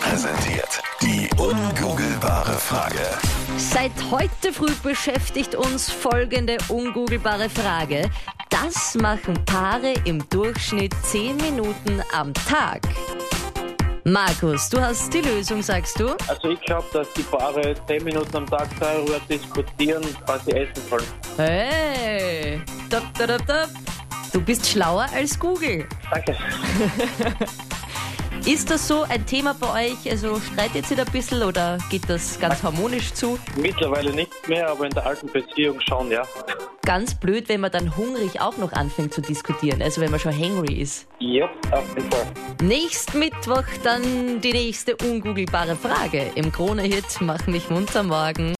präsentiert die ungoogelbare Frage. Seit heute früh beschäftigt uns folgende ungoogelbare Frage. Das machen Paare im Durchschnitt 10 Minuten am Tag. Markus, du hast die Lösung, sagst du? Also ich glaube, dass die Paare 10 Minuten am Tag darüber diskutieren, was sie essen sollen. Hey! Dop, dop, dop, dop. Du bist schlauer als Google. Danke. Ist das so ein Thema bei euch? Also streitet ihr da ein bisschen oder geht das ganz harmonisch zu? Mittlerweile nicht mehr, aber in der alten Beziehung schon, ja. Ganz blöd, wenn man dann hungrig auch noch anfängt zu diskutieren, also wenn man schon hangry ist. Ja, auf jeden Fall. Nächsten Mittwoch dann die nächste ungoogelbare Frage im Krone-Hit Mach mich munter morgen.